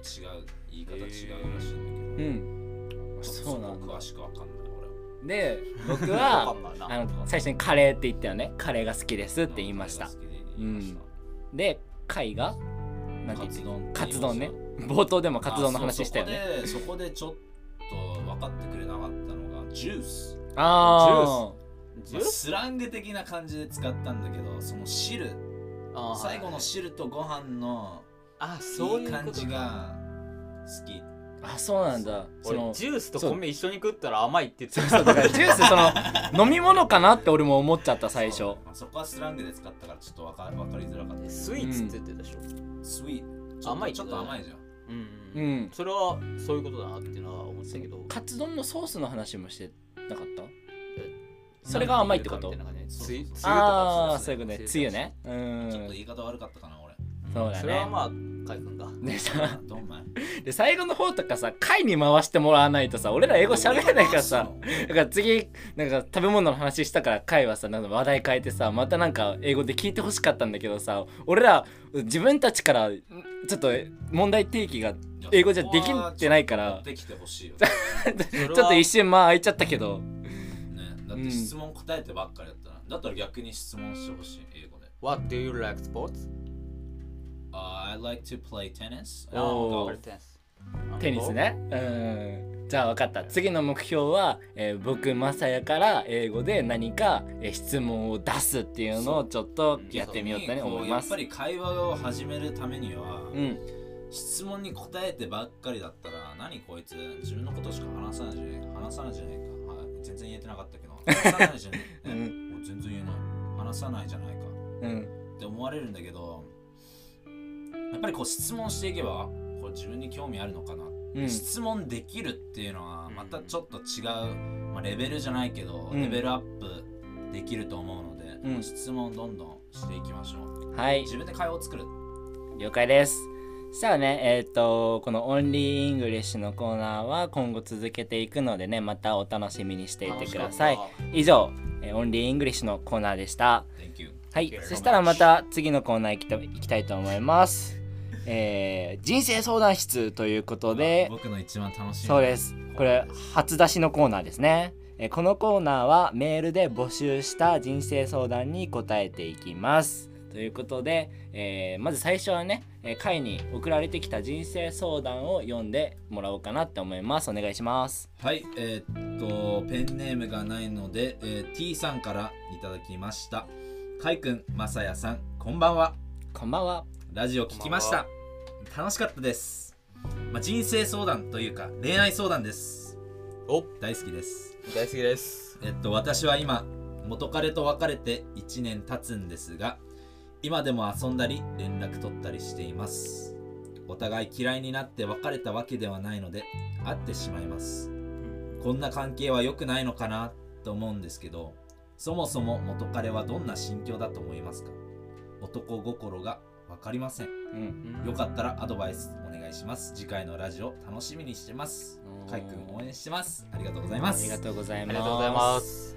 S1: 言い方違う
S4: へ
S1: らしい
S4: ー
S1: んだ
S3: う
S1: けど、
S3: ん
S1: ちょっと
S3: そうなん
S1: こ
S3: だ
S1: 詳しくわかんない俺は
S3: で僕
S4: わ
S3: は
S4: かんない
S3: あ
S4: な。
S3: の最初にカレーって言ったよねカレーが好きですって言いました
S1: 好きで言いました
S3: で貝がなん
S1: カ
S3: て言って
S1: ツ丼
S3: カツ丼ね冒頭でもカツ丼の話したよね
S1: ねそこでそこでちょっと分かってくれなかったのがジュース、
S3: あ
S4: ジ
S1: まあ
S4: ュース
S1: スラング的な感じで使ったんだけどその汁
S4: あー
S1: 最後の汁とご飯の
S4: あそ
S1: そうう
S4: い
S1: いうう
S4: こ
S1: 感
S4: と
S1: じが好き
S3: あそうなんだそ
S4: 俺
S3: の
S4: ジュースと米一緒に食ったら甘いって言って
S3: そう
S4: た
S3: だからジュースその飲み物かなって俺も思っちゃった最
S1: そ
S3: 初
S1: うそこはスラングで使ったからちょっとわかわかりづらかっ
S4: スイーツって言ってたでしょ、うん
S1: たスイート
S4: 甘い
S1: ちょっと甘いじゃん
S4: うん
S3: う
S4: うん
S3: ん
S4: それはそういうことだなっていうのは思ってたけど
S3: カツ丼のソースの話もしてなかったそれが甘いってこと
S4: なんかね
S1: そう
S4: つゆつゆと
S3: あ
S4: か
S3: あーそういうことね
S4: つゆとか
S3: つゆねう
S1: ちょっと
S3: ん
S1: 言い方悪かったかな俺
S3: そうだ
S4: それは
S3: ね
S4: まあかい くんが
S3: でさ
S1: どんまい
S3: で最後の方とかさ回に回してもらわないとさ俺ら英語喋れないからさだから次なんか食べ物の話したから回はさなんか話題変えてさまたなんか英語で聞いてほしかったんだけどさ俺ら自分たちからんちょっと問題提起が英語じゃできてないから
S1: できてほしいよ、
S3: ちょっと一瞬間空いちゃったけど
S1: ね、だって質問答えてばっかりだったら、だったら逆に質問してほしい英語で
S4: What do you like sports?
S1: Uh, I like to play tennis
S3: おー
S4: Oh, tennis.
S3: テニスねうんじゃあ分かった次の目標は、えー僕マサヤから英語で何か、えー質問を出すっていうのをちょっと
S4: そう
S3: やってみようってね
S1: 逆にこう
S3: 思いま
S1: やっ
S3: す
S1: ぱり会話を始めるためには、
S3: うん
S1: 質問に答えてばっかりだったら何こいつ自分のことしか話さないじゃねえか話さないじゃねえかはい全然言えてなかった けど話さないじゃねえか、
S3: う
S1: ねもう全然言えない話さないじゃないか
S3: うん
S1: って思われるんだけどやっぱりこう質問していけばこう自分に興味あるのかな、
S3: うん
S1: 質問できるっていうのは
S4: うん
S1: またちょっと違う、まあ、レベルじゃないけど、
S3: うん
S1: レベルアップできると思うので、
S3: うん
S1: 質問どんどんしていきましょう
S3: はい
S1: 自分で会話を作る
S3: 了解ですさあねえっ、とこの「オンリーイングリッシュ」のコーナーは今後続けていくのでねまたお楽しみにしていてください
S4: 楽しかっ
S3: 以上、えーオンリーイングリッシュ」のコーナーでした
S1: Thank you
S3: はい、
S4: Thank you very
S3: そしたらまた次のコーナー行きた行きたいと思います。えー人生相談室ということで、
S1: 僕の一番楽しい
S3: そうです。これ初出しのコーナーですね。えーこのコーナーはメールで募集した人生相談に答えていきます。ということで、えーまず最初はね、えー、会に送られてきた人生相談を読んでもらおうかなって思います。お願いします。
S1: はい、えーっと、ペンネームがないので、えー T さんからいただきました。かいくん、まさやさん、こんばんは。
S3: こんばんは。
S1: ラジオ聞きました。楽しかったです。まあ、人生相談というか、恋愛相談です。
S4: お
S1: 大好きです。
S4: 大好きです。
S1: えっと、私は今、元彼と別れて1年経つんですが、今でも遊んだり、連絡取ったりしています。お互い嫌いになって別れたわけではないので、会ってしまいます。こんな関係は良くないのかなと思うんですけどそもそも元彼はどんな心境だと思いますか男心が分かりません
S3: うん。
S1: よかったらアドバイスお願いします次回のラジオ楽しみにしてますかいくん応援してますありがとうございま
S3: あ
S1: す
S3: りがとうござい
S4: あ
S3: ま
S4: り
S3: す。
S4: がとうございます。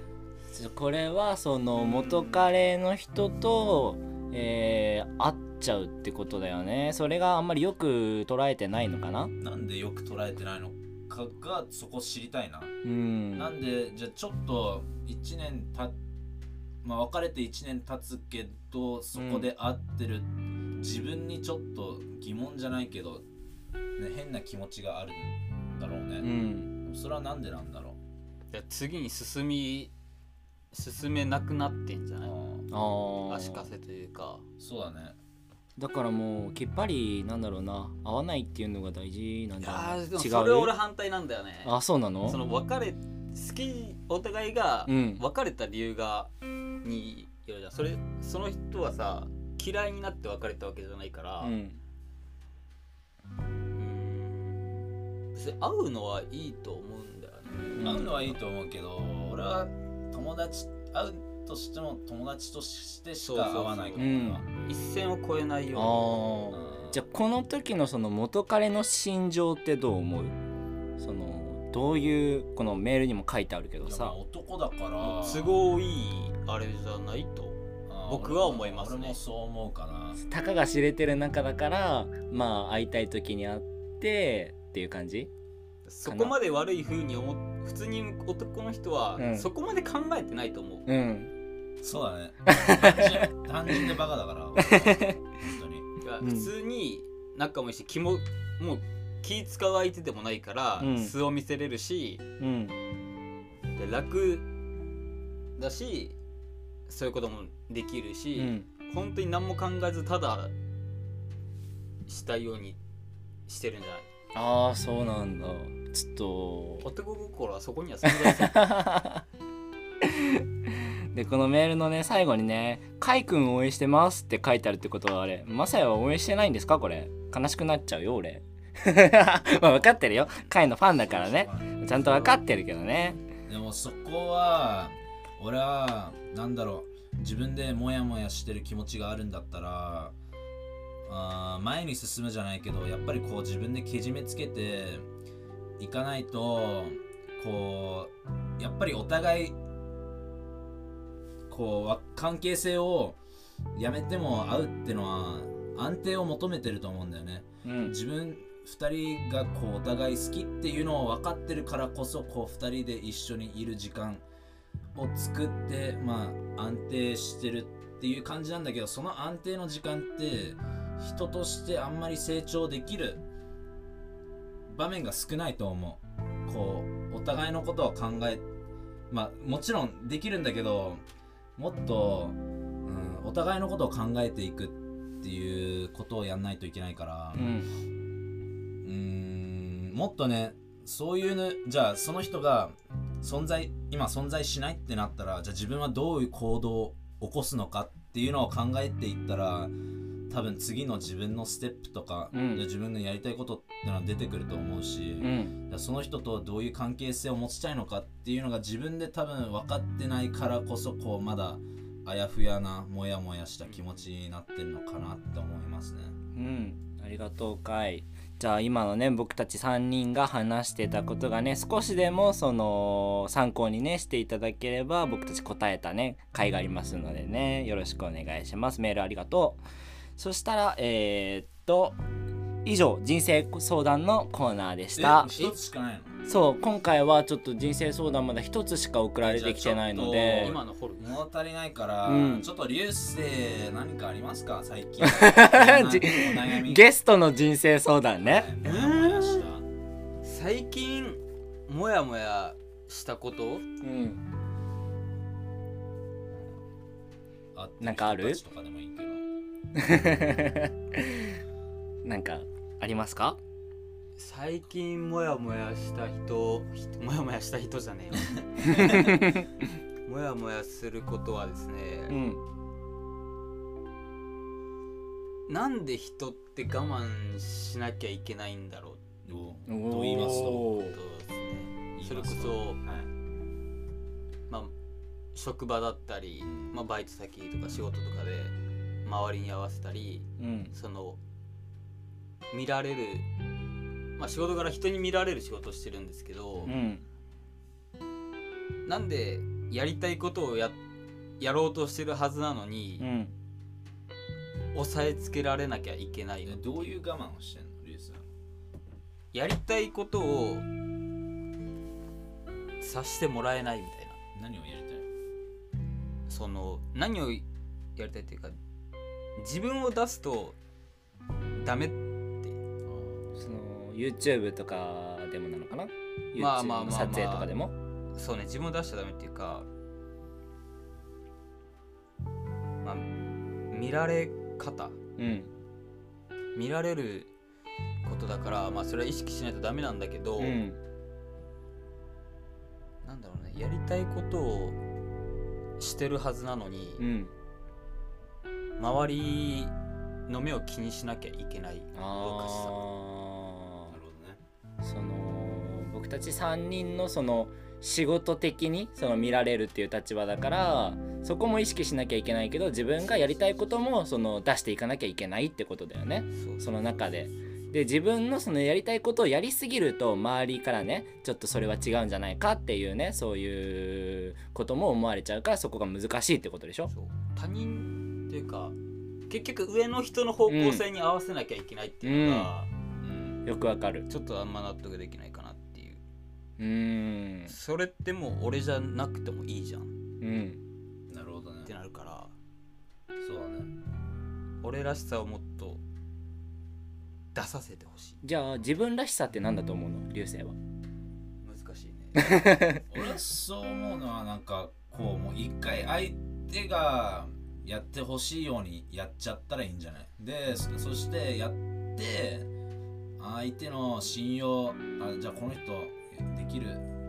S3: ちょこれはその元彼の人と、えー会っちゃうってことだよねそれがあんまりよく捉えてないのかな
S1: なんでよく捉えてないのかがそこ知りたいな、
S3: うん
S1: なんでじゃあちょっと1年たまあ別れて1年経つけどそこで会ってる、自分にちょっと疑問じゃないけど、ね、変な気持ちがあるんだろう
S3: う
S1: ね、
S3: ん
S1: それはなんでなんだろ
S4: じゃあ次に進み進めなくなってんじゃ
S1: う、
S4: ない？
S1: うん
S3: あー
S4: 足かせというか。
S1: そうだね
S3: だからもうきっぱりなんだろうな会わないっていうのが大事なんじ
S4: あ
S3: ゃ
S4: あで
S3: な
S4: も
S3: い違
S4: それ俺
S3: う
S4: 反対なんだよね。
S3: あそうなの
S4: その別れ好きお互いが
S3: うん
S4: 別れた理由がによるじゃん。それその人はさ嫌いになって別れたわけじゃないから。
S3: うん
S4: うん別に会うのはいいと思うんだよね。
S1: 会うのはいいと思うけど俺は友達会うとしても友達としてしか会わないから
S3: そう
S1: 俺
S3: そう
S1: は
S3: そう
S4: 一線を越えないように。
S3: ああ
S1: うん
S3: じゃあこの時のその元彼の心情ってどう思うそのどういうこのメールにも書いてあるけど
S1: いやまあ
S3: さ
S1: 男だから
S4: 都合いいあれじゃないと
S1: あー
S4: 僕は思いますね
S1: 俺もそう思うかな
S3: たかが知れてる中だからまあ会いたい時に会ってっていう感じ
S4: そこまで悪い風に思っ普通に男の人は
S3: うん
S4: そこまで考えてないと思う、
S3: うん
S1: そうだね 単純単純でバカだ から俺は本当に
S4: いや
S3: うん
S4: 普通に仲もいいし気ももう気使う相手でもないから、
S3: うん
S4: 素を見せれるし
S3: うん
S4: で楽だしそういうこともできる
S3: う
S4: し、
S3: ん
S4: 本当に何も考えずただしたようにしてるんじゃない
S3: ああそうなんだちょっと
S4: 男心はそこに は存在する
S3: でこのメールのね最後にね「かいくん応援してます」って書いてあるってことはあれまさやは応援してないんですかこれ悲しくなっちゃうよ俺 まあ分かってるよかいのファンだからねちゃんと分かってるけどね
S1: でもそこは俺はなんだろう自分でモヤモヤしてる気持ちがあるんだったらあー前に進むじゃないけどやっぱりこう自分でけじめつけていかないとこうやっぱりお互いこうわ関係性をやめても会うってのは安定を求めてると思うんだよね。
S3: うん
S1: 自分2人がこうお互い好きっていうのを分かってるからこそこう2人で一緒にいる時間を作ってまあ安定してるっていう感じなんだけどその安定の時間って人としてあんまり成長できる場面が少ないと思うこうお互いのことを考えまあもちろんできるんだけどもっと、うん、お互いのことを考えていくっていうことをやんないといけないから、
S3: うん
S1: うーんもっとねそういうのじゃあその人が存在今存在しないってなったらじゃあ自分はどういう行動を起こすのかっていうのを考えていったら多分次の自分のステップとか、
S3: うん
S1: で自分のやりたいことってのは出てくると思うし、
S3: う
S1: だか
S3: ん
S1: らその人とどういう関係性を持ちたいのかっていうのが自分で多分分かってないからこそこうまだあやふやなモヤモヤした気持ちになってるのかなって思いますね。
S3: うんありがとうかいじゃあ今のね僕たち3人が話してたことがね少しでもその参考にねしていただければ僕たち答えたね回がありますのでねよろしくお願いしますメールありがとうそしたらえー、っと以上人生相談のコーナーでした
S1: え一つしかないの
S3: そう今回はちょっと人生相談まだ一つしか送られてきてない
S1: じゃあちょ
S3: の
S1: っ
S3: で
S1: と
S4: 今のホルモン
S1: 物足りないから、
S3: うん
S1: ちょっと流星何かありますか最 近
S3: じ
S1: お悩み
S3: ゲストの人生相談ね
S1: はいもやもやした
S4: 最近モヤモヤしたこと
S3: うん
S1: あ
S3: なんかある
S1: 友達とかでもいいけど
S3: なんかありますか
S4: 最近モヤモヤした人人モヤモヤした人じゃね えよモヤモヤすることはです
S3: う
S4: ね、
S3: ん
S4: なんで人って我慢しなきゃいけないんだろ
S1: どうどう言いますと
S4: うとですね
S1: 言いますと
S4: それこそ
S1: はい
S4: まあ職場だったり、まあ、バイト先とか仕事とかで周りに合わせたり
S3: うん
S4: その見られるまあ仕事から人に見られる仕事をしてるんですけど、
S3: うん
S4: なんでやりたいことをややろうとしてるはずなのに、
S3: うん
S4: 抑えつけられなきゃいけないの
S1: えどういう我慢をしてんの流星は
S4: やりたいことをさしてもらえないみたいな
S1: 何をやりたい
S4: その何をやりたいっていうか自分を出すとダメ
S3: その YouTube とかでもなのかな YouTube
S4: まあまあまあまあ
S3: の撮影とかでも、
S4: そうね自分を出しちゃダメっていうかまあ見られ方
S3: うん
S4: 見られることだからまあそれは意識しないとダメなんだけど、
S3: うん
S4: なんだろうねやりたいことをしてるはずなのに、
S3: うん
S4: 周りの目を気にしなきゃいけ
S3: あ
S4: ないおかしさ
S1: なるほどね
S3: ーその僕たち3人のその仕事的にその見られるっていう立場だからそこも意識しなきゃいけないけど自分がやりたいこともその出していかなきゃいけないってことだよね。
S4: そう
S3: その中でで自分のそのやりたいことをやりすぎると周りからねちょっとそれは違うんじゃないかっていうねそういうことも思われちゃうからそこが難しいってことでしょ
S4: そう他人っていうか結局上の人の方向性に合わせなきゃいけないっていうのが、
S1: うん
S3: よくわかる
S4: ちょっとあんま納得できないかなっていう
S3: うーん
S4: それってもう俺じゃなくてもいいじゃんっ
S3: うん
S1: なるほどね
S4: てなるから
S1: そうだね
S4: 俺らしさをもっと出させてほしい
S3: じゃあ自分らしさって何だと思うの流星は
S4: 難しいね
S1: 俺はそう思うのはなんかこうもう一回相手がやってほしいようにやっちゃったらいいんじゃないでそそしてやって相手の信用あじゃあこの人できる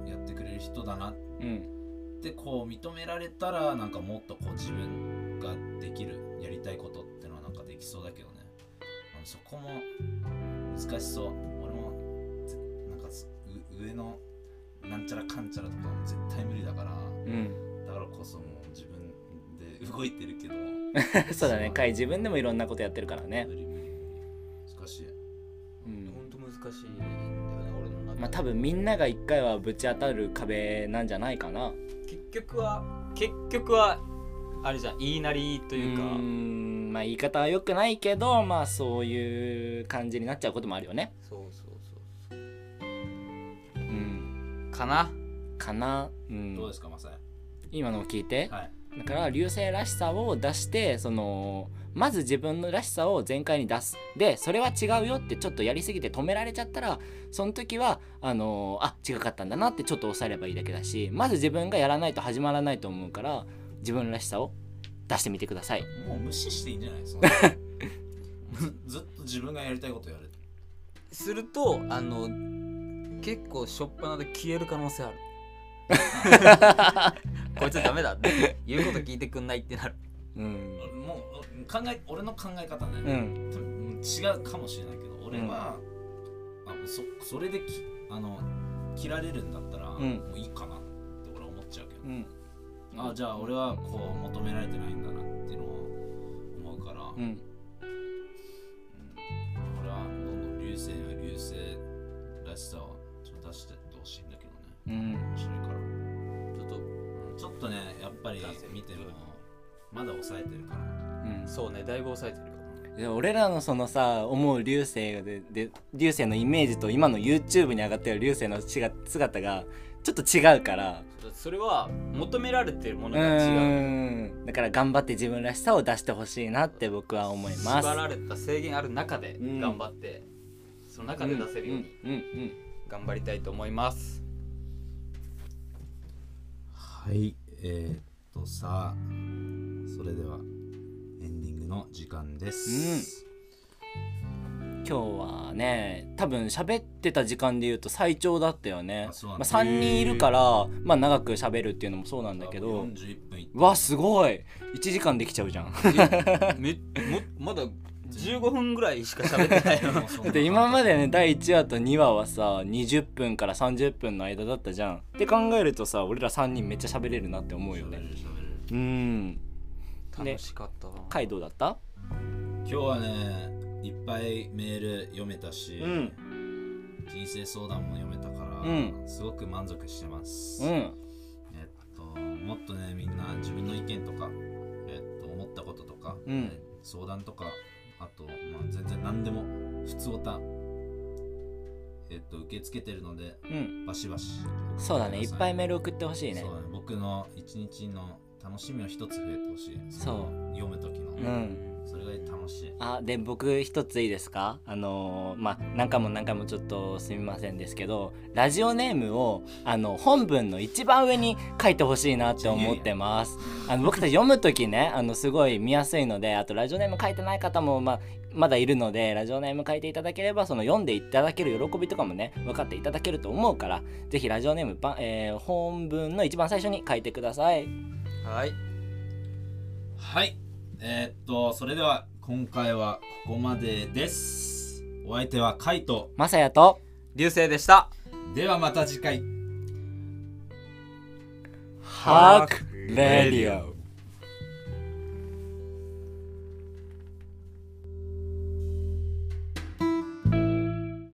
S1: やってくれる人だなっ
S3: うん
S1: てこう認められたらなんかもっとこう自分ができるやりたいことってのはなんかできそうだけどねあのそこも難しそう俺もぜなんかすう上のなんちゃらかんちゃらとかも絶対無理だから
S3: うん、
S1: だからこそもう自分で動いてるけど
S3: そうだねかい自分でもいろんなことやってるからね、
S1: 無理無理無理難しい
S3: うん
S4: ほんと難しいんだよね俺の中で
S3: まあ、多分みんなが一回はぶち当たる壁なんじゃないかな
S4: 結局は結局はあれじゃん言いなりと
S3: と
S4: いうか
S3: んまあ言い方は良くないけどまあそういう感じになっちゃうこともあるよね
S4: そうそうそう
S3: うん
S4: そうかな
S3: かな、うん
S1: どう、ですかマサイ
S3: 今のを聞いて、
S1: はい
S3: だから流星らしさを出してそのまず自分のらしさを全開に出すでそれは違うよってちょっとやりすぎて止められちゃったらその時はあのあ違かったんだなってちょっと抑えればいいだけだしまず自分がやらないと始まらないと思うから自分らしさを出してみてください
S1: もう無視していいんじゃないそ のずずっと自分がやりたいことやる
S4: するとあの結構しょっぱなで消える可 能性あるこいつダメだって言うこと聞いてくんないってなる
S3: うん
S1: もう考え俺の考え方ね、
S3: うん
S1: 多分違うかもしれないけど俺は、あもうそそれできあの切られるんだったら、
S3: ん
S1: もういいかなって俺は思っちゃうけど、
S3: うん
S1: あじゃあ俺はこう求められてないんだなっていうのを思うから、
S3: うん
S1: うん俺はどんどん流星は流星らしさをちょっと出してってほしいんだけどね
S3: うん
S1: 面白いから
S4: ちょっと
S1: ちょっとね、やっぱり見ても、まだ抑えてるから。
S3: うん
S4: そうねだいぶ抑えてるよ
S3: で俺らのそのさ思う流星がでで流星のイメージと今の YouTube に上がってる流星の違姿がちょっと違うから
S4: ちょっとそれは求められてるも
S3: う
S4: のが違う
S3: ーんだから頑張って自分らしさを出してほしいなって僕は思います
S4: 縛られた制限ある中で
S3: うん
S4: 頑張って、その中で出せるように
S3: うんうん
S4: 頑張りたいと思います、
S1: はい、えー、っとさ、それではエンディングの時間です。
S3: うん今日はね多分喋ってた時間で言うと最長だったよね
S1: あそう
S3: ま
S1: な
S3: あ、
S1: んだ
S3: 3人いるから、まあ、長く喋るっていうのもそうなんだけど
S1: 41分いって
S3: わすごい1時間できちゃうじゃん
S4: えめもまだ15分ぐらいしか喋ってないの
S1: そん
S3: だ
S1: な
S3: って今までね第1話と2話はさ20分から30分の間だったじゃんって考えるとさ俺ら3人めっちゃ喋れるなって思うよ
S1: 喋れ
S3: ね
S1: る喋れる
S3: うん
S4: 楽しかったな
S3: カイドウだった
S1: 今日はね、いっぱいメール読めたし、
S3: うん
S1: 人生相談も読めたから、
S3: うん
S1: すごく満足してます。
S3: うん
S1: えっと、もっとね、みんな自分の意見とか、えっと、思ったこととか、
S3: うん
S1: え相談とか、あと、まあ、全然何でも、普通おた、えっと、受け付けてるので、
S3: うん
S1: バシバシ。
S3: そうだねいっぱい
S1: い
S3: メール送ってほしいね
S1: そうだね。僕の一日の楽しみを一つ増えてほしい。の読む時の。
S3: うん
S1: それが楽しい。
S3: あで僕一ついいですかあのーまあ何回も何回もちょっとすみませんですけどラジオネームをあの本文の一番上に書いてほしいなって思ってますあの僕たち読む時ねあのすごい見やすいのであとラジオネーム書いてない方も、まあ、まだいるのでラジオネーム書いていただければその読んでいただける喜びとかもね分かっていただけると思うからぜひラジオネームば、えー本文の一番最初に書いてください
S4: はい
S1: はい。えっと、それでは、今回はここまでです。お相手はカイト。
S3: まさやと
S4: 流星でした
S1: ではまた次回。
S3: ハークレディオ